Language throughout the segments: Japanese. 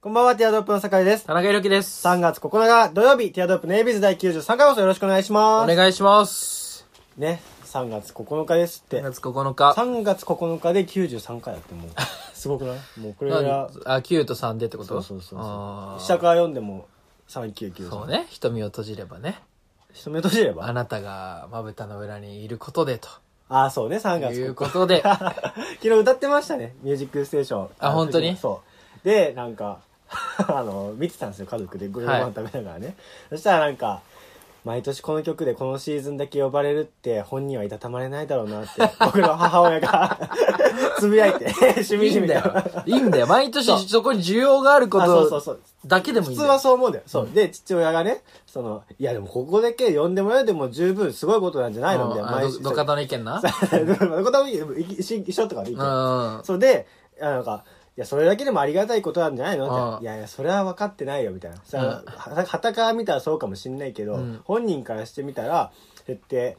こんばんは、ティアドロップの酒井です。田中裕樹です。 3月9日土曜日、ティアドロップネイビーズ第93回放送よろしくお願いしおます。願いします。ね、3月9日ですって3。月9日。 3月9日で93回だっても う、すごくないもうこれが、あ、9と3でってこそとうそうそうそあう。ー下から読んでも399。そう。ね。瞳を閉じればね。一目閉じればあなたがまぶたの裏にいることでと。ああ、そうね、3月9日。いうこと で。昨日歌ってましたね、ミュージックステーション。あ本当にそう。で、なんか、 あの、見てたんですよ、家族でご飯食べながらね。そしたらなんか、毎年この曲でこのシーズンだけ呼ばれるって本人はいたたまれないだろうな って、僕の母親が つぶやいて、しいみいじんみだだよよ。。いいんだよ。毎そう年そこに需要があるこあ、そうそうとそう。だけでもいい普通んだよは。そう思うんだよ。そう。で、父親がね、その、いやでもここだけ呼んでもらえるでも十分すごいことなんじゃないのみたいな。あどど かたの意見な。どこだもいいよ一緒一緒とかでいいけど。うん。それで、あなんか、いや、それだけでもありがたいことなんじゃないのみたいなああいやいや、それは分かってないよ、みたいな。さ、ははたから見たらそうかもしんないけど、うん本人からしてみたら、そうやって、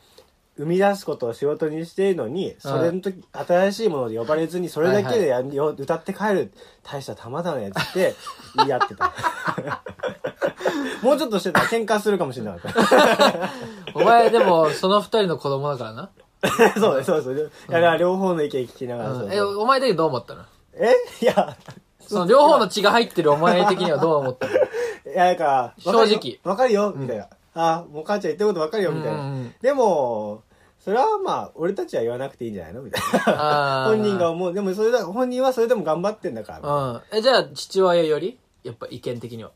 生み出すことを仕事にしているのに、それの時、新しいもので呼ばれずに、それだけでやよ歌って帰る、大した玉だね、っつ って、言い合ってた。もうちょっとしてたら喧嘩するかもしれなか っお前でも、その二人の子供 だからな。た。そうです、そうです。いや、だから両方の意見聞きながら、そううんえ、そうお前だけどう思ったのえいや、その両方の血が入ってるお前的にはどう思っ たのいや、なんか、正わかるよ直わかるよ、みたいな。あ、もう母ちゃん言ってることわかるよ、みたいうんう。なんでも、それはまあ、俺たちは言わなくていいんじゃないのみたい な。あー本人が思う。でも、それだ、本人はそれでも頑張ってんだから。うん。え、じゃあ、父親よりやっぱ意見的には。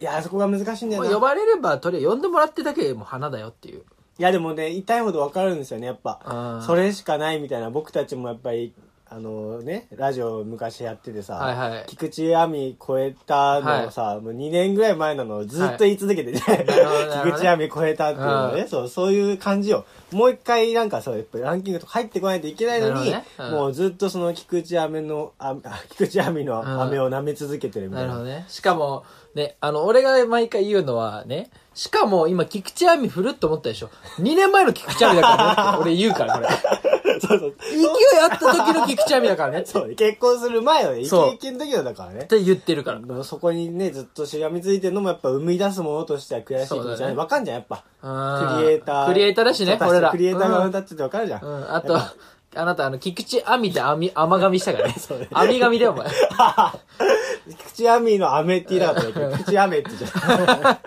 いや、そこが難しいんだよまあな。呼ばれれば、とりあえず呼んでもらってだけでもう花だよっていう。いや、でもね、痛いほどわかるんですよね、やっぱう。んそれしかないみたいな。僕たちもやっぱり、あのね、ラジオ昔やっててさ、はいはい菊池亜美超えたのをさ、もう2年ぐらい前なのをずっと言い続けてて、なるほどなるほどね菊池亜美超えたっていうのね、うそう、そういう感じを、もう一回なんかそう、やっぱランキングとか入ってこないといけないのに、なるほどねうんもうずっとその菊池亜美の、あ あ菊池亜美の飴を舐め続けてるみたないるな。ほどね。しかも、ね、あの、俺が毎回言うのはね、しかも今、菊池亜美振るって思ったでしょ。2年前の菊池亜美だか らねって俺言うから、これ。そうそう。勢いあった時の菊池亜美だからねってそう、結婚する前のね、イケそうイケの時のだからね。って言ってるから。でもそこにね、ずっとしがみついてるのもやっぱ生み出すものとしては悔しい気そ持うちじゃだない。ねわ、かんじゃん、やっぱ。うんクリエイター。クリエイターだしねそう俺らクリエイター側だってってわかるじゃん。うん、あと、あなた、あの、菊池亜美って編み、甘噛みしたからね そうね。編み髪だよ、お前。 口あみの飴って言いなかったけど、口あめってじゃん。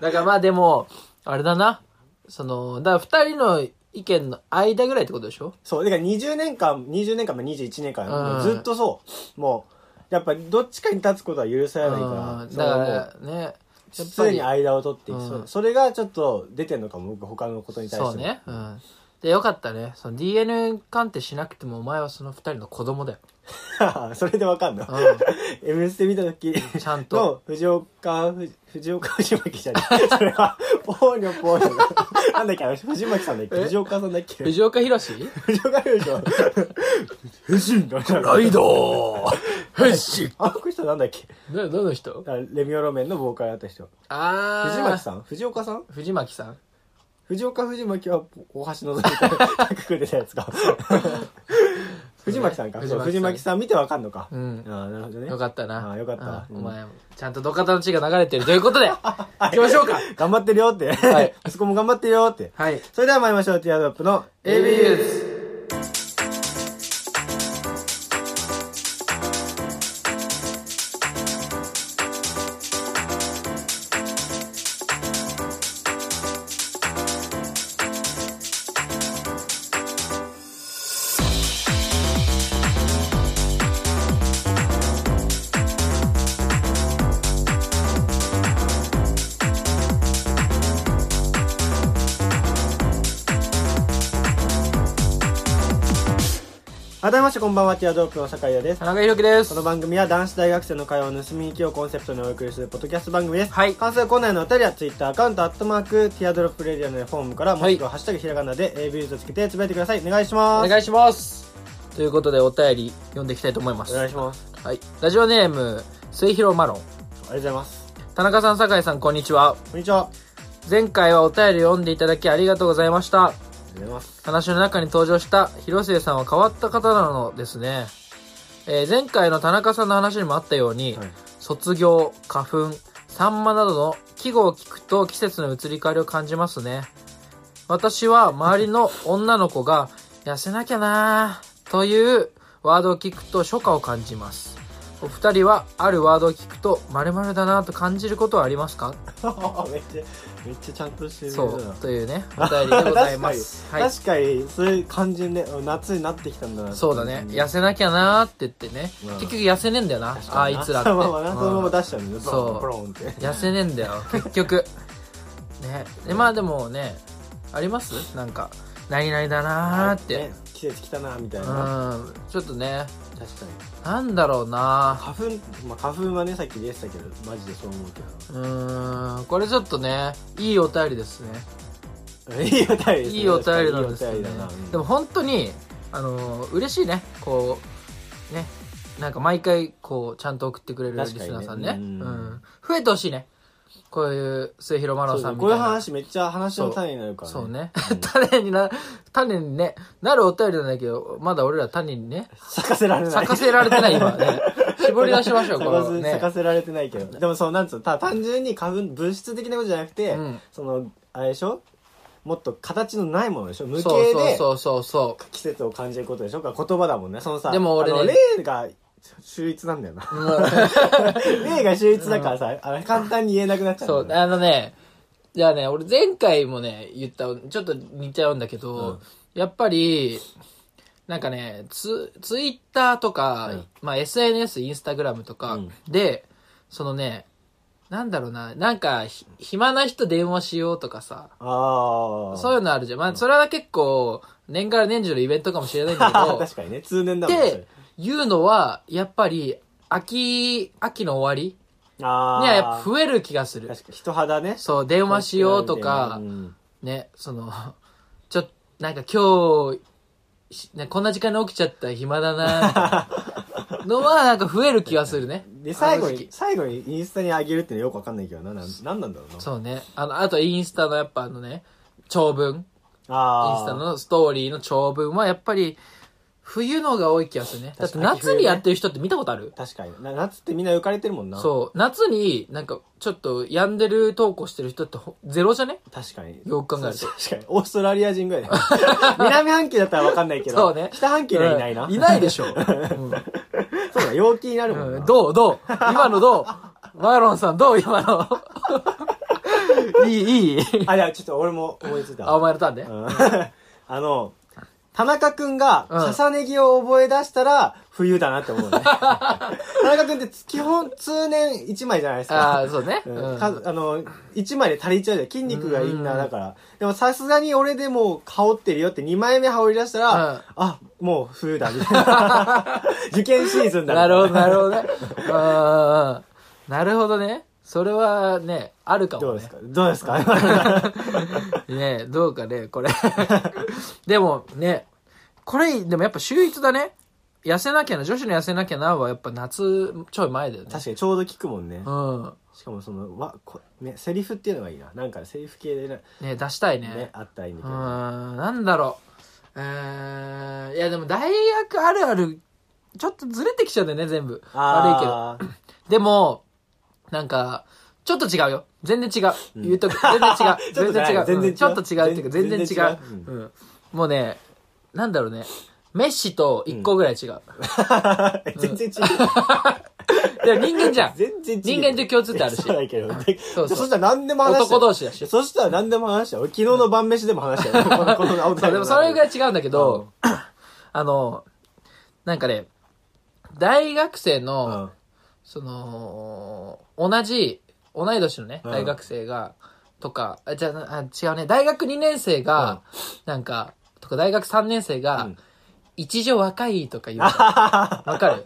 だからまあでも、あれだな。その、だから二人の意見の間ぐらいってことでしょそう、だから20年間、20年間、まあ21年間、うんずっとそう。もう、やっぱどっちかに立つことは許されないから。うんだからね、やっぱ常りに間を取っていく、うんそうそれがちょっと出てんのかも、僕他のことに対しても。そうね。うん。で、よかったね。その DNA 鑑定しなくてもお前はその二人の子供 だよ。 それでわかんの、M ステ見た時ちゃんと。の藤岡ふじ藤岡藤巻じゃねえそれはポーニョポーニョなんだっけあの藤巻さんだっけえ藤岡さんだっけ藤藤岡岡弘でしょ藤井のイド ー変身あの人なんだっけな、どの人あレミオロメンのボーカルだった人あー。藤巻さん藤岡さんん。藤巻さん。藤岡藤巻はお箸のぞいてくれてたやつか藤巻さんか藤そ巻さんう藤巻さん見てわかんのか、うんああなるほどねよかったな。あーよかったうんうんお前、ちゃんと土方の血が流れてるとい うことで、行きましょうか。頑張ってるよって、はい あそこも頑張ってるよってはい。それでは参りましょう、ティアドロップの AB ユーズ。改めましてこんばんは、ティアドロップの酒井優です田。中裕樹です。この番組は男子大学生の会話を盗み聞きをコンセプトにお送りするポッドキャスト番組です。はい関西コーナーのお便りは Twitter アカウント、アットマーク、ティアドロップレディアのフォームから、もはいしくはハッシュタグひらがなで A ビューズをつけてつぶやいてください。お願いしまおす。願いします。ということで、お便り読んでいきたいと思います。お願いします。はい。ラジオネーム、末広マロ ン。ありがとうございます。田中さん、酒井さん、こんにちは。こんにちは。あ前回はお便り読んでいただきありがとうございました。りがとうございます。話の中に登場した広末さんは変わった方なのですね。えー前回の田中さんの話にもあったように、はい卒業、花粉、サンマなどの季語を聞くと季節の移り変わりを感じますね。私は周りの女の子が痩せなきゃなーというワードを聞くと初夏を感じます。お二人はあるワードを聞くと〇〇だなと感じることはありますかめっちゃめっちゃちゃんとしてるなそう、というね、お便りでございます。 確かに、確かにそういう感じね夏になってきたんだなそうだね。痩せせなきゃなーって言ってね。うん結局痩せねえんだよな。あいつらって。その ままなそのままうん出しちゃうんだよそうボロンボロンって痩せねえ んだよ、結局。ね。で、まあでもね、ありますなんか、何々だなーって。。ね季節来たなみたいうなんちょっとね、確かになんだろうな花粉、まあ、花粉はねさっき出てたけどマジでそう思うけどうーん。これちょっとね、いいお便りですね。いいお便りですねいいお便りなんですよいいお便りねだなうん。でも本当に、あのー、嬉しいね。こう、ね。なんか毎回、こう、ちゃんと送ってくれるリス確かにねナーさんね。ううんん。増えてほしいね。こういう、末広マロそうンさんみたこいういうな。話めっちゃ話の種になるからそうねう。ん 種にな、種にね、なるお便りなんだけど、まだ俺ら種 にね、咲かせられない咲かせられてない 今ね。絞り出しましょう、こ咲かのせね咲。かせられてないけどでもそうなんつうのた単純に花粉物質的なことじゃなくて、うんそのあれでしょもっと形のないものでしょ無形そうそうでそうそうそ季節を感じることでしょか言葉だもんねそのさでも俺ねあの例が秀逸なんだよな う。うん例が秀逸だからさ、あれ簡単に言えなくなっちゃそ うう、んだよねあのね、じゃあね、俺前回もね、言った、ちょっと似ちゃうんだけど、やっぱり、なんかね、ツツイッターとか、うんまあ SNS、インスタグラムとか、うんで、そのね、なんだろうな、なんかひ、暇な人電話しようとかさ、ああそういうのあるじゃん。まあ、それは結構、年がら年中のイベントかもしれないんだ 確かにね通年だけもんど、っねていうのは、やっぱり、秋、秋の終わりああにはやっぱ増える気がする。確かに人肌ねそう、電話しようとかう、んね、その、ちょ、なんか今日し、ね、こんな時間に起きちゃった暇だな、みたいなのは、なんか増える気がするね。 で最後あの時に期最後にインスタに上げるってのよくわかんないけどななんなんなんだろうなそうね。あの、あとインスタのやっぱあのね、長文。あイあンスタのストーリーの長文はやっぱり冬のが多い気がするね。だっ確かてに夏にやってる人って見たことある確かにな夏ってみんな浮かれてるもんなそう。夏になんかちょっと病んでる投稿してる人ってほゼロじゃね確かによく考えるとそう確かにオーストラリア人ぐらいだよ 南半球だったらわかんないけどそうね北半球にはいないな、うんいない でしょ。うんそうだ陽気になるもんな、うんどうどう今のどうマーロンさんどう今の。 いいいいあいやちょっと俺も思いついたあ、お前のターンね。うんあの田中くんが重ね着を覚え出したら冬だなって思うね 田中くんって基本通年1枚じゃないですかああ、そうね。ううんんかあの、1枚で足りちゃうじゃん。筋肉がインナーだから。でもさすがに俺でもう羽織ってるよって2枚目羽織り出したら、うんあ、もう冬だ、みたいな。 受験シーズンだなるほど、なるほどね。うんうんうんなるほどね。それはね、あるかどもうでねす。かどうです かねどうかね、これ。 でもね、これ、でもやっぱ秀逸だね。痩せなきゃな、女子の痩せなきゃなはやっぱ夏ちょい前だよね。確かにちょうど聞くもんね。うん。しかもその、わ、こね、セリフっていうのがいいな。なんかセリフ系でね、ね出したいね。ねあったらいいんだうけど。ん、なんだろう。うーん、いやでも大学あるある、ちょっとずれてきちゃうんだよね、全部。悪いけど。いけど。でも、なんか、ちょっと違うよ。全然違う。言うとく、全然違う。 ちょっと全然違違う。ううん全然違うちょっと違うっていうか、全全然違う。全然うんもうね、なんだろうね。メッシと一個ぐらい違う。 全然違う。でも人間じゃん。 全然違う。人間と共通ってあるしそうだけど。でそうそうそしたら何でも話して。男同士だし。そしたら何でも話したよ。俺昨日の晩飯でも話したよ。このこの青そ う、でもそれぐらい。い違うんだけど、あの、なんかね、大学生う の、んその、同じ、同い年のね、うん大学生が、とか、あじゃああ、違うね、大学2年生が、なんか、とか大学3年生が、うん一条若いとか言うじゃん。わ かる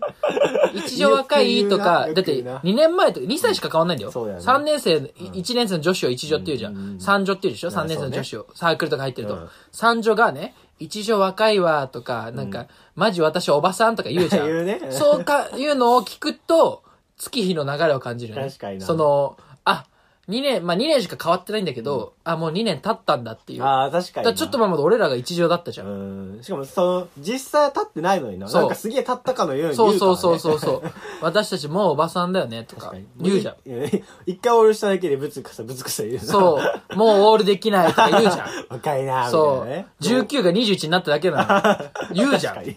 一条若いとか、よだくって言うなよく言うな2年前とか、2歳しか変わんないんだよ。そうだよね3年生、1年生の女子を一条って言うじゃ。うんうんうんん三女って言うでしょまあ ?3 年生の女子を。サークルとか入ってるうとん。三女がね、一条若いわとか、なんか、マジ私おばさんとか言うじゃん。 言うねそうか、いうのを聞くと、月日の流れを感じるよね。確かになその、あ、2年、まあ2年しか変わってないんだけど、あ、もう2年経ったんだっていう。だかああ、確かにな。らちょっと前まで俺らが一条だったじゃん。うん。しかも、その、実際は立ってないのにな。そうなんかすげえ立ったかのように言うかそら、うね。そうそうそう そう。私たちもうおばさんだよねとか確かに。言うじゃん。うん一回オールしただけでぶつくさぶつくさ言うなそう。もうオールできないとか 言うじゃん。若いなみたいそなね。う。19が21になっただけな の。言うじゃん。確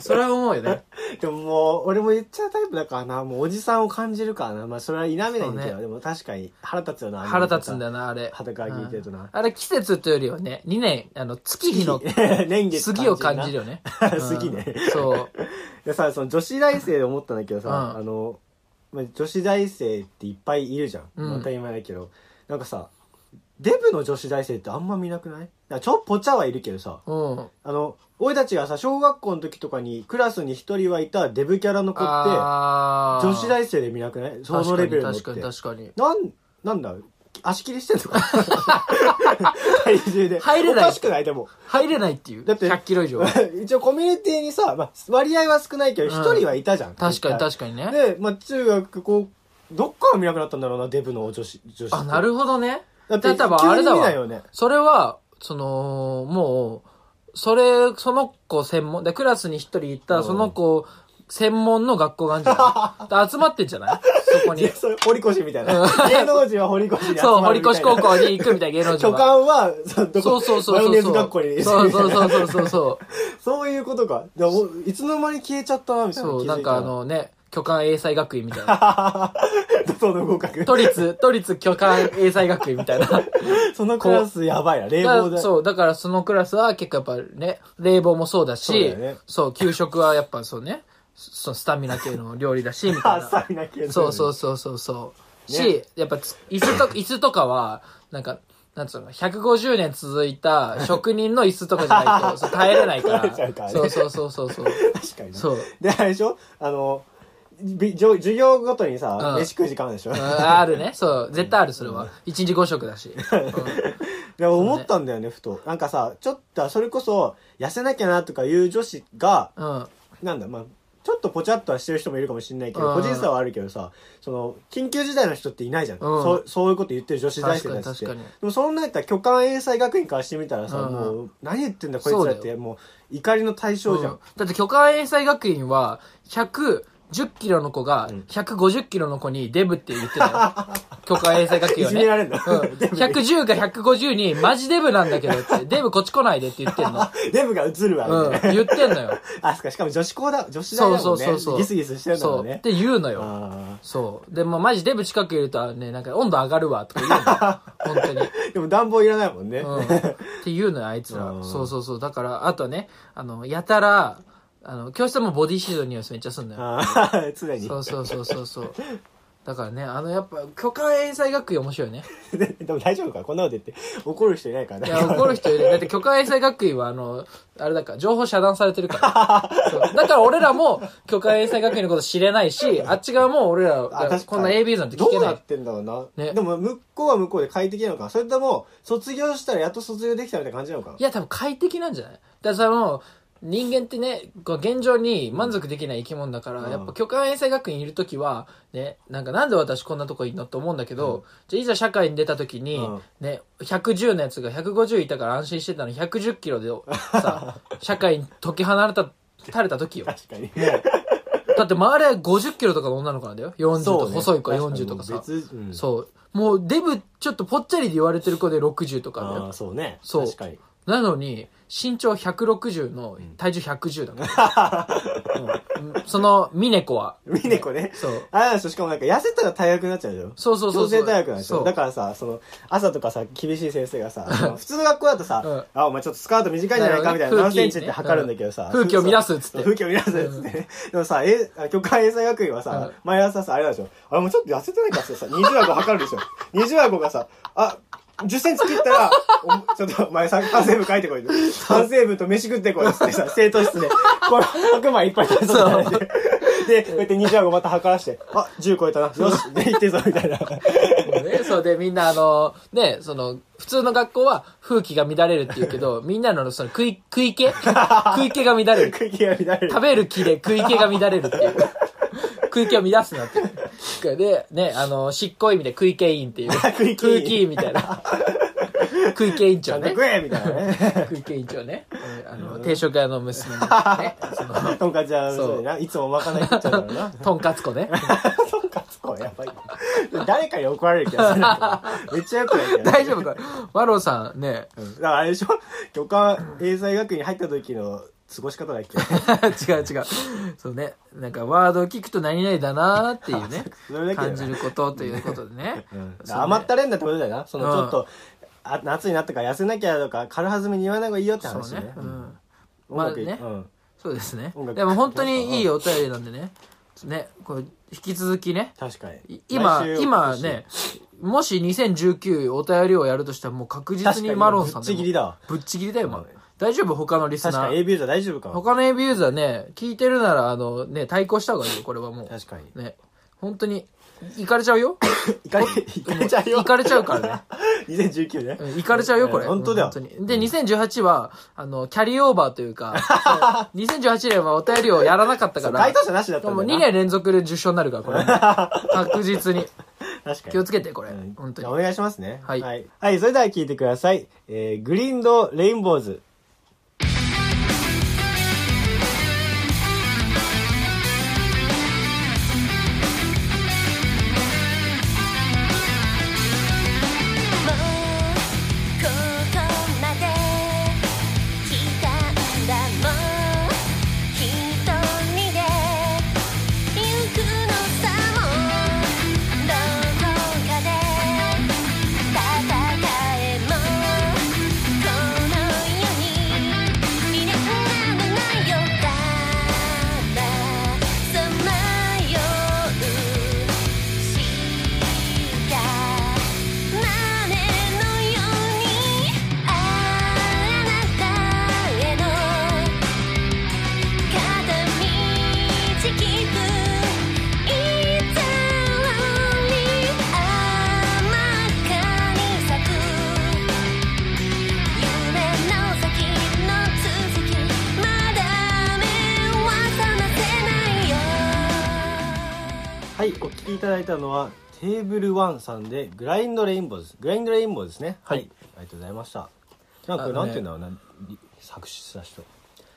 それは思うよね。 でももう、俺も言っちゃうタイプだからな。もうおじさんを感じるからな。まあ、それは否めないんだけそうど、ねでも確かに腹立つよな。腹立つんだよ。よな、あれ。裸が聞いてるとなうんあれ、季節というよりはね、2年、あの、月日 の年月過ぎを感じるよね。 ね。過ぎねうんそう。でさ、その女子大生で思ったんだけどさ、うんあの、まあ女子大生っていっぱいいるじゃん。うん当たり前だけど。なんかさ、デブの女子大生ってあんま見なくないなんかちょっぽちゃはいるけどさ、 うん。あの、俺たちがさ、小学校の時とかにクラスに一人はいたデブキャラの子って、あー女子大生で見なくないそのレベルのって。確かに確かに確かなん、なんだ足切りしてんの か体重で。入れないおかしくないでも。に。入れないっていう。だって100キロ 以上。一応コミュニティにさ、まあ、割合は少ないけど、うん一人はいたじゃん。確かに絶確かに対ね。で、まあ、中学、こう、どっから見なくなったんだろうな、デブの女子、女子。あ、なるほどね。だって、多分あれだ急にわ見ないよね。それは、その、もう、それ、その子専門、で、クラスに一人行ったうら、んその子、専門の学校があるんじゃ ないで集まってんじゃないそこいにや、。それ、堀越みたいな。芸能人は堀越に集まるみたいな。そう、堀越高校に行くみたいな芸能人巨 は。漢は、そうどそこうそうそうそう。マヨネーズ学校に。そうそうそうそうそうそ う。そういうことか。でもいつの間に消えちゃったな、みたいな。そう、気づないんたらかあ、 のね、巨漢英才学院みたいな。その合格。都立、都立巨漢英才学院みたいな。そのクラスやばいな、冷だ房だ。そう、だからそのクラスは結構やっぱね、冷房もそうだし、そうだよねそう給食はやっぱそうね、そスタミナ系の料理だし、みたあい な。さりな系そうそうそそうそうそう。ねし、やっぱつ椅子と、椅子とかは、なんか、なんつうの、150年続いた職人の椅子とかじゃない と、そう耐えれないから。壊れちゃうからねそうそうそうそうそう。う。確かにねそう。で、あれでしょあの、びじょ授業ごとにさ、うん飯食う時間あるでしょああるね。そう。絶対ある、それは。1日5 食だし。でも思ったんだよね、ふと。なんかさ、ちょっと、それこそ、痩せなきゃなとかいう女子が、うん。うん。なんだ、まあ、ちょっとぽちゃっとはしてる人もいるかもしれないけど、うん個人差はあるけどさ、その、緊急時代の人っていないじゃん。うんそうそういうこと言ってる女子大生たちっ確て。かでに確かもそんなやったら巨漢英才学院からしてみたらさ、うんもう、何言ってんだこいつらっそうだて、もう、怒りの対象じゃん。うんだって、巨漢英才学院は、110キロの子が、150キロの子にデブって言ってた よ。巨漢英才学院いはじね。められんの、うん デブに110か150に、マジデブなんだけど って、デブこっち来ないでって言ってんの。デブが映るわ、みたい なうん、言ってんのよ。あ、そっか、しかも女子校だ、女子大だもんね。そうそうそうそうギスギスしてるんだそもんう。っね。て言うのよ。あそう。で、まあ、マジデブ近くいるとね、なんか温度上がるわ、とか 言うの。本当に。ーでも暖房いらないもんね。うん、っていうのよ、あいつうら。んそうそうそう。だから、あとね、あの、やたら、あの、教室もボディシードの匂いめっちゃすんのよ。 あー常にそ。うそうそうそうそう。だからね、あの、やっぱ、巨漢英才学院面白いね。 でも大丈夫かこんなこと言って。怒る人いないからいや、怒る人いる。だって巨漢英才学院は、あの、あれだから、情報遮断されてるから。そうだから俺らも、巨漢英才学院のこと知れないし、あっち側も俺ら、 あ確かにこんな AB なんて聞どけうなないっ。てんだろうな。ねでも、向こうは向こうで快適なのかなそれとも、卒業したらやっと卒業できたみたいな感じなのかないや、多分快適なんじゃないだからその、人間ってね、こう現状に満足できない生き物だから、うんやっぱ巨漢衛生学院いるときは、ね、なんかなんで私こんなとこいんのって思うんだけど、じゃあいざ社会に出たときに、うんね、110のやつが150いたから安心してたのに110キロ でさ、社会に解き放たれた時よ。確かに。だって周りは50キロとかの女の子なんだよ。40とか、細い子は40とかさ。別、うんそう。もうデブちょっとぽっちゃりで言われてる子で60とかだよあーそうね。そう確かに。なのに、身長160の体重110だから。 うんその、ミネコは。ミネコね。そう。あれなんですよしかもなんか痩せたら大学になっちゃうでしょそうそうそうそ強う制大学なんでしそょうだからさ、その、朝とかさ、厳しい先生が さ、あの普通の学校だとさ、あ、お前ちょっとスカート短いんじゃないかみたいな、なるほどね何センチって測るんだけどさ。うん風紀を乱すっつってそう風紀を乱すっつってね。でもさ、え、教会英才学院はうんさ、毎朝さ、あれなんでしょあれもうちょっと痩せてないかってさ、20箱測るでしょ ?20 箱がさ、あ、10センチ切ったら、おちょっとお前さ、反省文書いてこいって。反省文と飯食ってこいっつってさ、生徒室で、この白米いっぱい食べそうになってで、こうやって20箱また測らして、あ、10超えたな。よし、で、行ってぞ、みたいな。ね、そうで、みんなあの、ね、その、普通の学校は風紀が乱れるって言う けど、みんなのその食い、食い気食い気が乱れる。空気が乱れる。食べる気で食い気が乱れるっていう。食い気を乱すなっていう。で、ね、あの、執行意味で食い気委員ってい う。食い気委員空気委員みたいな。食い系委員ちゃ長んと食。ねえみたいなね。食い系委員 長ね。うんあの、定食屋の娘のね。その、とんかつはそうだな。いつもまかない食っちゃうからな。とんかつ粉 ね。とんかつこやばい。誰かに怒られる気がする。めっちゃよくないけど。 大丈夫かワロさ んね。うんだからあれでしょ巨漢英才学院に入った時の過ごし方だっけ違う違う。そうね。なんか、ワードを聞くと何々だなーっていうね。それだけだ感じることということでね。うんそうね甘ったれんだってことだよなそのちょっと、あ夏になったから痩せなきゃとか軽はずみに言わない方がいいよってそう話ねね。ううんん。音楽まあねうんそうですね音。楽でも本当にいいお便りなんでね。ね。これ、引き続きね。確かにい今毎、週今ね、もし2019お便りをやるとしたらもう確実にマロンさん確かにぶっちぎりだわぶっちぎりだよ、今うん大丈夫他のリス確ナかにー。 AB じゃ大丈夫かも他の AB ユーザーね、聞いてるなら、あのね、対抗した方がいいよ、これはも確かにう。ね。本当に、いかれちゃ うよ。いかれいかれちゃうよいかれちゃうからね。 2019ねいかれちゃうよ、こうれ。ん本当だようんにで、2018は、あの、キャリーオーバーとい うか、そう2018年はお便りをやらなかったかそうら、回答者なしだったんもだうよ2な年連続で受賞になるから、こ れ。確実に。確かに気をつけて、これ。うん本当じゃあにお。願いしますねはいはい、はいそれでは聞いてください、えーグリーンドレインボーズもうここまで来たんだもう一人で行くのさもどこかで戦えもこの世に見れならないよたださまようしか「マネのようにあなたへの片道切符いたわり」「甘かに咲く」「夢の先の続き」「まだ目は覚ませないよ」はい、お聞きいただいたのはテーブルワンさんでグラインドレインボーズグラインドレインボーですねはいありがとうございましたなんかあのねなんていうんだろうな、り作詞した人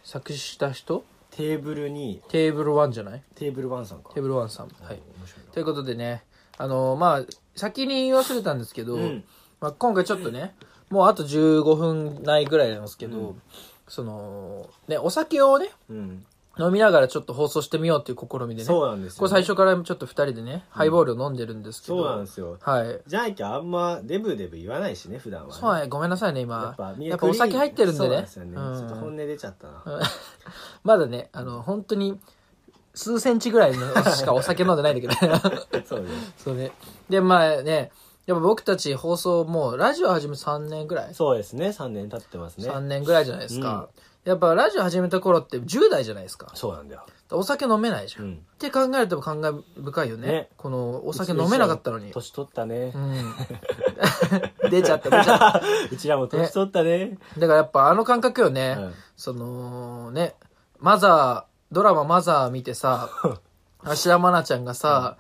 作詞した人テーブルにテーブルワンじゃないテーブルワンさんかテーブルワンさん。はい。面白いなということでね、あのまあ、先に言わせれたんですけど、うんまあ、今回ちょっとね、もうあと15分ないぐらいなんですけど、うんその、ね、お酒をね、うん飲みながらちょっと放送してみようっていう試みでね。そうなんですよねこれ最初からちょっと二人でね、ハイボールを飲んでるんですけど。そうなんですよはい。じゃなきゃあんまデブデブ言わないしね普段はねそうね、ごめんなさいね、や今っ。ぱみんやなっぱお酒入ってるんでそうなね。んですよね、うんちょっと本音出ちゃったな、 まだね、あの、本当に、数センチぐらいのしかお酒飲んでないんだけど。そうねそうね。で、まあね、やっぱ僕たち放送もうラジオ始め3年ぐらい、そうですね3年経ってますね ?3 年ぐらいじゃないですか。やっぱラジオ始めた頃って10代じゃないですか。そうなんだよお酒飲めないじゃん。うんって考えると感慨深いよね。ねこのお酒飲めなかったのに。年取ったね う、ん。 出ちゃった、出ちゃった。うちらも年取ったねだからやっぱあの感覚よね。うんそのね、マザー、ドラママザー見て さ、芦田愛菜ちゃんがさ、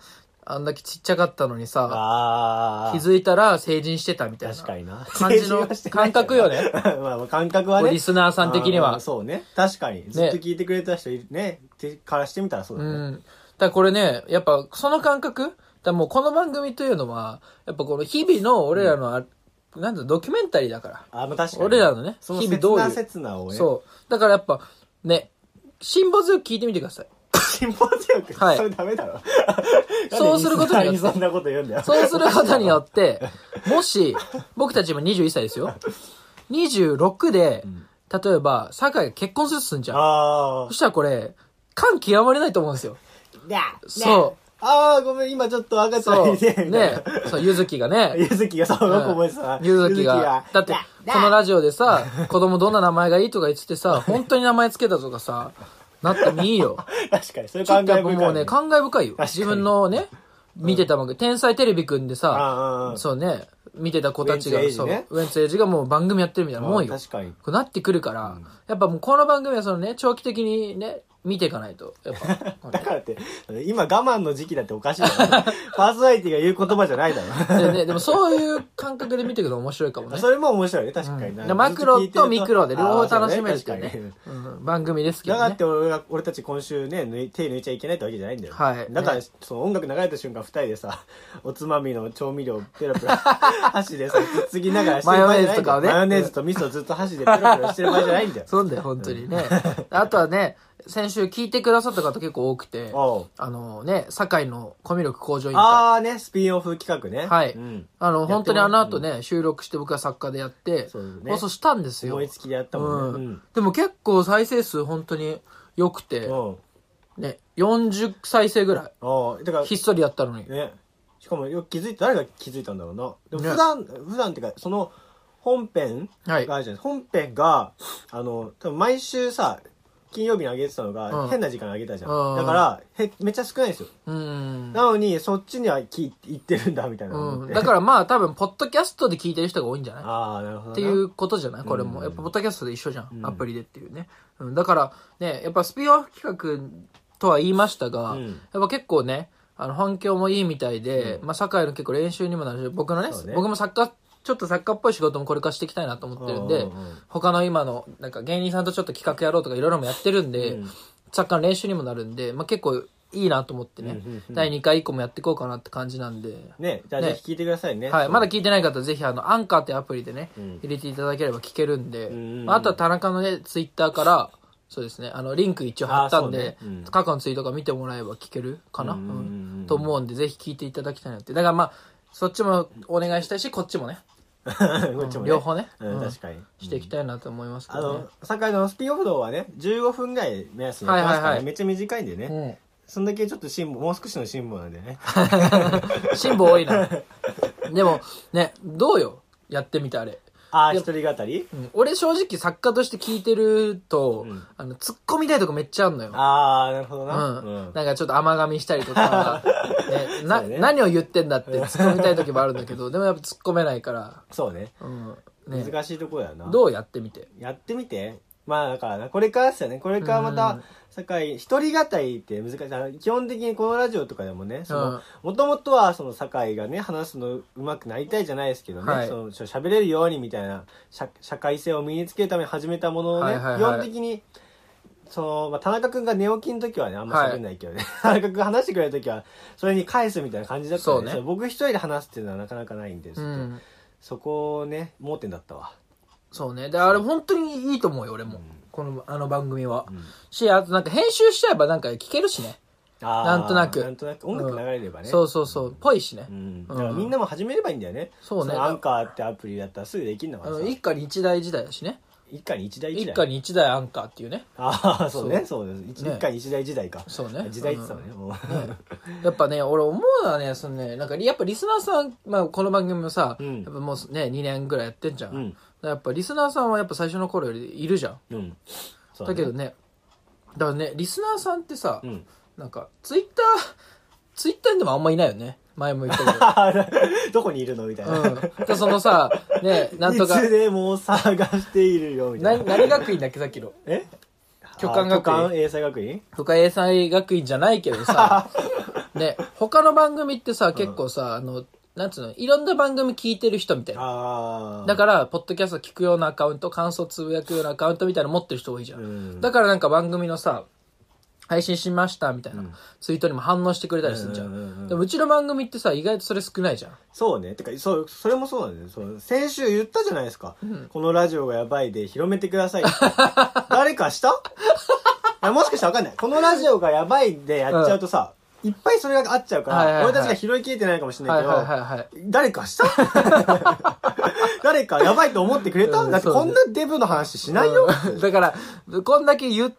あんだけちっちゃかったのにさ、ああ気づいたら成人してたみたいな。確かにな感じ の感覚よねまあまあ感覚はねリスナーさん的にはあーそうね確かにずっと聞いてくれた人いるねてからしてみたらそうだうね、ん。だからこれね、やっぱその感覚だからもうこの番組というのは、やっぱこの日々の俺らのあ、なんだ、ドキュメンタリーだから。あまあ確かに俺らのねその日々切どういうな切なをねそう。だからやっぱ、ね、辛抱強く聞いてみてください。辛抱強く、はいそれダメだろ そうすることになんでよってリスナーにそんなこと言うんだよそうすることによ って、もし、僕たち今21歳ですよ。26で、例えば、酒井が結婚するとすんじゃん。あそしたらこれ、感極まれないと思うんですよ。あそうああごめん今ちょっと赤ちゃんそいてう。みたいねな。そう、ゆずきがね。 ゆずきがその子覚えてたゆずきが。だって、このラジオでさ、子供どんな名前がいいとか言っててさ、本当に名前つけたとかさ、なってもいいよ。確かにそれち 考ょえっとやっぱ深いもうね、感慨深いよ。確かに自分のね、見てた番組、天才テレビくんであああさあ、そうね、見てた子たちがウエン、ツそ瑛士う、ねウエンツエイジがもう番組やってるみたいなもんよ。確かにこうなってくるから、やっぱもうこの番組はそのね、長期的にね、見ていかないと。やっ ぱ。だからって、今我慢の時期だっておかしいだろ。 パーソナリティが言う言葉じゃないだろ。でね、でもそういう感覚で見ていくの面白い かもね。それも面白いね、確かにな、うんマクロとミクロで両方楽しめあーるっそていううね確かねに。うん番組ですけだどからっねて。俺が俺たち今週ね抜い手抜いちゃいけないってわけじゃないんだよ、はいだから、ねその音楽流れた瞬間二人でさおつまみの調味料をペラ ペラ箸でさつつぎながらしてる場合じゃないんだよマヨネーズとかをねマヨネーズと味噌ずっと箸でペラペラしてる場合じゃないんだよ そうなんだよ、本当にね。あとはね、先週聞いてくださった方結構多くて、おうあのね、堺のコミュ力向上委員会。ああねスピンオフ企画ねはいうん、あの、っても本当にあの後ね、収録して僕は作家でやってそう、ね放送したんですよ。思いつきでやったもんね、ううんん。でも結構再生数本当に良くて、おうね、40再生ぐらおうだからい、ひっそりやったのに。ねしかもよく気づいた誰が気づいたんだろうなでもね普段、普段っていうかその本編があはるいじゃないですか、本編があの多分毎週さ金曜日に上げてたのが、うん変な時間に上げたじゃん、うんだからへめっちゃ少ないんですよ、うん。なのにそっちにはき行ってるんだみたいな思うっん。て、だからまあ多分、ポッドキャストで聞いてる人が多いんじゃないああなるほどなっていうことじゃないこれも。うんやっぱ、ポッドキャストで一緒じゃん。うんアプリでっていうね。うん、だから、ね、やっぱスピンオフ企画とは言いましたが、うんやっぱ結構ね、あの、反響もいいみたいで、うまあ、社会の結構練習にもなるし、僕のねそう、ね僕も作家、ちょっと作家っぽい仕事もこれからしていきたいなと思ってるんで、うんうんうん他の今の、なんか芸人さんとちょっと企画やろうとかいろいろもやってるんで、うん作家の練習にもなるんで、まあ、結構いいなと思ってね、うんうんうん第2回以降もやっていこうかなって感じなんで、ねじゃあねぜひ聞いてくださいねはい、まだ聞聞いてない方はぜひあのアンカーってアプリでね、うん入れていただければ聞けるんで、んうんうんまあ、あとは田中のねツイッターからそうですねあのリンク一応貼ったんで、あそうねうん過去のツイートが見てもらえば聞けるかな、うんうんうんうんうんと思うんでぜひ聞いていただきたいなってだからまあそっちもお願いしたいしこっちもね こっちもね両方ねうんうん確かにしていきたいなと思いますけあどね、の堺のスピンオフ動はね15分ぐらい目安にやってますからね、はいはいはいめっちゃ短いんでね、うんそんだけちょっと辛抱、もう少しの辛抱なんでね。辛抱多 いなでもねどうよやって みてあれああ、で一人語りうん俺正直作家として聞いてると、うんあの突っ込みたいとこめっちゃあんのよああ、なるほどな。うん。なんかちょっと甘噛みしたりと か、ね、な、そうね何を言ってんだって突っ込みたい時もあるんだ けど、でもやっぱ突っ込めないから、そうね。うん。ね、難しいところやな。どうやってみて。やってみて。まあだからな、これからですよね。これからまうたん、堺、一人語りって難しいあの。基本的にこのラジオとかでもね、そうんの、もともとはその堺がね、話すの上手くなりたいじゃないですけどね、はいそのちょ喋れるようにみたいな、社社会性を身につけるために始めたものをね、はいはいはい基本的に、その、まあ、田中くんが寝起きの時はね、あんま喋んないけどね、 田中くん話してくれる時は、それに返すみたいな感じだったそのうで、ねそれ僕一人で話すっていうのはなかなかないんですうけど、ん。そこをね、盲点だったわ。そうね。で、あれ本当にいいと思うよ、俺も。この、あの番組は。んし、あとなんか編集しちゃえばなんか聞けるしね。あーなんとなくなんとなく、音楽流れればね。そうそうそう。ぽいしねう。んだからみんなも始めればいいんだよね。そうねのアンカーってアプリだったらすぐできるのあがさの、。一家に一台時代だしね。一家に一台一一台。家に一台アンカーっていうね。ああ、そうね、そうです。ね一家に一台時代か。そうね時代って言ってたのね。もうやっぱね、俺思うのはね、そのね、なんかり、やっぱリスナーさん、まあこの番組もさ、うんやっぱもうね、2年ぐらいやってんじゃん。うんだからやっぱリスナーさんはやっぱ最初の頃よりいるじゃん。 うん。そうだねけど。ね、だからね、リスナーさんってさ、うん。 なんか、ツイッター、ツイッターでもあんまいないよね。前も言ったけど。あーどこにいるのみたい うん。な。だからそのさ、ね、なんとかい、つでも探しているよ、みたいなな。何学院だっけ、さっきの。え巨漢学院あ巨漢英才学院とか英才学院じゃないけど さ、ね、他の番組ってさ、結構さ、あの、なんつうの、いろんな番組聞いてる人みたいな。ああ。だから、ポッドキャスト聞くようなアカウント、感想つぶやくようなアカウントみたいなの持ってる人多いじゃん。うんだからなんか番組のさ、配信しましたみたいな、ツイートにも反応してくれたりするじゃん。うんうんうんうんでもうちの番組ってさ、意外とそれ少ないじゃん。そうね。てか、そう、それもそうなんだよね。そう先週言ったじゃないですか。このラジオがやばいで広めてくださいって。 誰かしたいやもしかしたらわかんない。このラジオがやばいでやっちゃうとさ、いっぱいそれがあっちゃうから、はいはいはい俺たちが拾いきれてないかもしれないはけいど、はいはいはい。誰かした 誰かやばいと思ってくれた、うんだってそうこねんなデブの話しないよ、うん だから、こんだけ言って、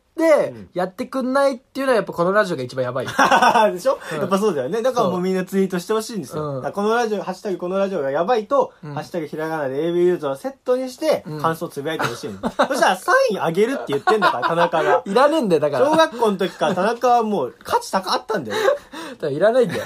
やってくんないっていうのはやっぱこのラジオが一番やばいよ。 でしょ、やっぱそうだよね。だからもうみんなツイートしてほしいんですうよ。ん。だからこのラジオ、ハッシュタグこのラジオがやばいと、ハッシュタグひらがなで AB ユーザーをセットにして、感想つぶやいてほしいの、そしたらサインあげるって言ってんだから、田中が いらねえんだよ、 だから。小学校の時から田中はもう価値高あったんだよ。 だからいらないんだよ。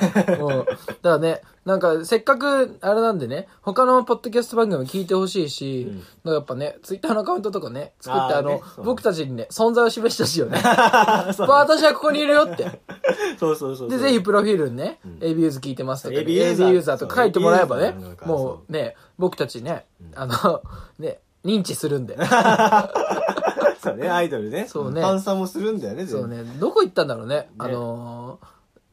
うん。だからね、なんか、せっかく、あれなんでね、他のポッドキャスト番組も聞いてほしいし、やっぱね、ツイッターのアカウントとかね、作って、あーあの、ねそう僕たちにね、存在を示してほしいよね。 そう私はここにいるよって。 そうそうそうそうで、ぜひプロフィールにね、AB ユーズ聞いてますとか、 AB ユーザー AB ユーザーとか書いてもらえばねそう AB ユーザーなん、かもうね、僕たちね、あの、ね、認知する んで。そうね、アイドルね。そうねファンサもするんだよね、全部そう。ね、どこ行ったんだろうね。あの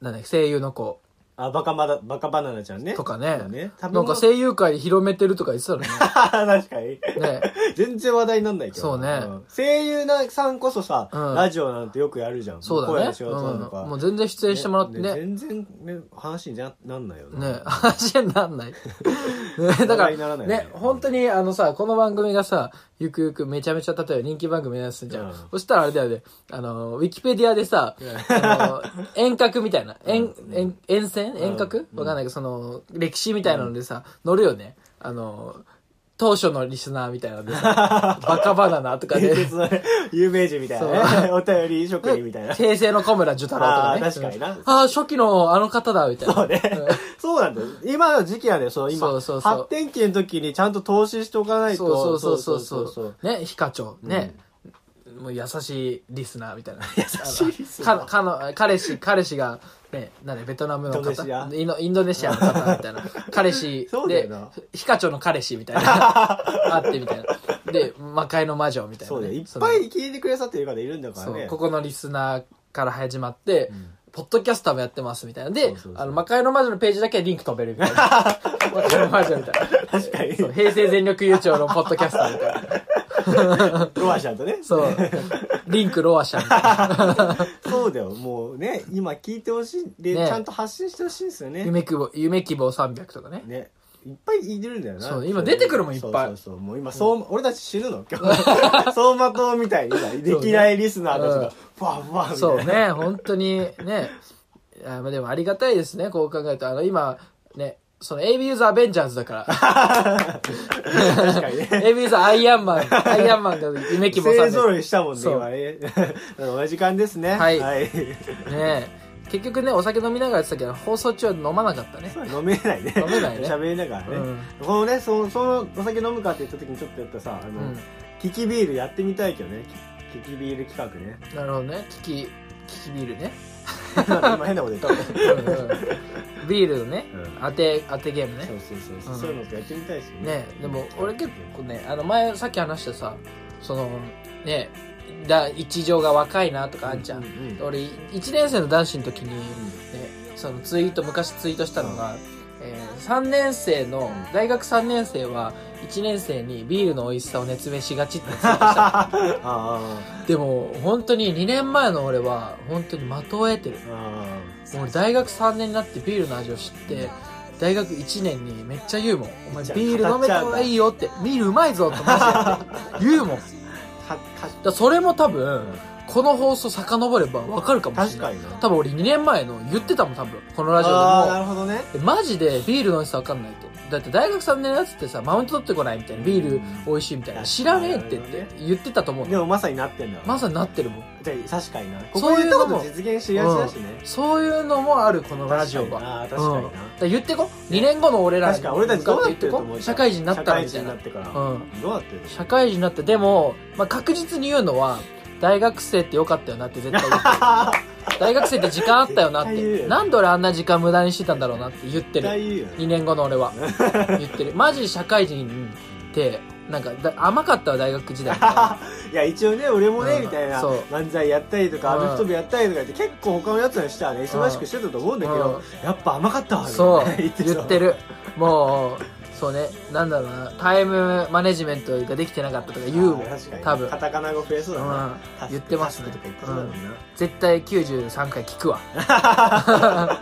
ー、なんだっけ声優の子あ、バカまだ、バカバナナちゃんね。とかねそうね。多分なんか声優界で広めてるとか言ってたの ね。確かに。ね 全然話題になんないけど。そうねん声優なさんこそさ、うんラジオなんてよくやるじゃん。そう声だねの。仕事なのか。うんもう全然出演してもらってね。ね全然ね、話にななんないよね。話にな んない。ねだか話題になら、らなねいね本当にあのさ、この番組がさ、ゆくゆくめちゃめちゃ、例えば人気番組になってんじゃん。うんそしたらあれだよね、あの、ウィキペディアでさ、あの遠隔みたいな、遠、遠、遠線遠隔わかんないけど、その、歴史みたいなのでさ、乗るよね。あの、当初のリスナーみたいなの でさ、バカバナナとか伝で、説の有名人みたいなね。お 便り職人みたいな。平成の小村寿太郎とかね。あー確かになうんあー初期のあの方だ、みたいな。そうね。そうなんだよ。今の時期なんだよ。そう、今。そうそうそう発展期の時にちゃんと投資しておかないと。そうそうそうそうそう。ね、ヒカチョウね、もう優しいリスナーみたいな。優しいリスナーかの彼氏、彼氏が、ね、なんでベトナムのインドネシ方アインドインドネシアの方みた いな。彼氏そうだでよな、ヒカチョウの彼氏みたい な。あってみたいな。で、魔界の魔女みたいなそうね、だよ。いっそのぱい聞いてくれさってる方いるんだからそうね。ここのリスナーから始まって、ポッドキャスターもやってますみたいな。そでうそう、そうあの、魔界の魔女のページだけリンク飛べるみたいな。 魔界の魔女みたいな。確かに。そう平成全力悠長のポッドキャスターみたいな。ロアちゃんとね。 そう。リンクロアシャみたいな。そうだよ。もうね、今聞いてほしい。で、ねちゃんと発信してほしいんですよね。夢希望、夢希望300 とかね。ね。いっぱいいるんだよな。そう今出てくるもんいっぱいそうそうそうもう今、そう、俺たち死ぬの 今日。相馬灯みたいにさ、歴代リスナーたちが、ふわふわみたいな。そうね、本当にね。あまあでもありがたいですね、こう考えると。あの、今、ね、その AB ユーザーアベンジャーズ だから。確 かにね。 AB ユーザーアイアンマン、アイアンマンが夢希望勢ぞ300。ろいしたもんね、そう今ね。 お時間ですね。はいはい、ね結局ね、お酒飲みながらやってたけど、放送中は飲まなかったね。飲めないね。飲めないね喋りながらね。うんこのね、その、そのお酒飲むかって言った時にちょっとやったさ、あの、うんキキビールやってみたいけどね。キキビール企画ね。 なるほどね。キキ、キキビールね。なんか今変なこと言ったわね。うんうんビールのねうん、当て、当てゲームねそ。うそうそうそう、うんそういうのとやってみたいですよねねでも俺結構ねあの前さっき話したさそのねだ一条が若いなとかあんじゃん、うんうんうん俺1年生の男子の時に、ね、そのツイート昔ツイートしたのが、えー、3年生の大学3年生は1年生にビールの美味しさを熱弁しがちってツイ ート したああでも本当に2年前の俺は本当に的を得てるああもう俺大学3年になってビールの味を知って大学1年にめっちゃ言うもん「お前じゃあビール飲めた方がいいよ」って「ビールうまいぞ」ってマジ で言うもんだかかからそれも多分この放送遡ればわかるかも確しれなかいにな多分俺2年前の言ってたもん多分このラジああなオるほどねでもマジでビールの美味しさわかんないとだって大学3年のやつってさマウント取ってこないみたいなビール美味しいみたいな知らねえって言って言ってたと思うでのもまさになってんだよまさになってるもんじゃあ確かになこそこう言いっうたのこもと実現しがちだしね、そういうのもあるこのラジオは確かにな確かになうんだら言ってこ2年後の俺ら確かに俺たちどうなってると向か思言うこ社会人になったらみ社た会人にないなってから、うんどうなってる社会人になってでも、まあ、確実に言うのは大学生ってよかったよなって絶対言って る大学生って時間あったよなっ絶対言うてよなんで俺あんな時間無駄にしてたんだろうなって言って絶る対言うよ2年後の俺は言ってるマジ社会人ってなんかだ甘かったわ大学 時 代いや一応ね俺もね、うんみたいなそう漫才やったりとかアうんメフト部やったりとかって結構他のやつの人はね忙しくしてたと思うんだけど、うんやっぱ甘かったわねそう 言って言ってるもうそうねなんだろうなタイムマネジメントができてなかったとか言うもんあー確かに多分カタカナ語増えそうだな、うんタスク言ってますねタスクとか言ってそうだもんな、絶対93回聞くわ確か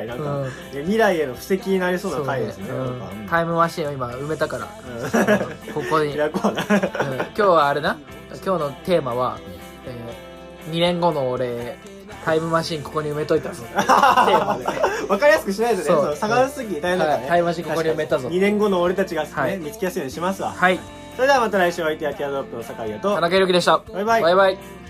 になんか、うん未来への布石になりそうな回ですねそうねうんなんかタイムマシンを今埋めたかうらんここに、うん開こうな確今日はあれな今日のテーマは、え2年後の俺タイムマシンここに埋めといた ぞテーマでわかりやすくしないとねそうそう探す時に大変だからね、はいタイムマシンここに埋めたぞ2年後の俺たちがね、はい見つけやすいようにしますわはいそれではまた来週お相手はティアドロップの酒井と田中裕樹でしたバイバイバイバイ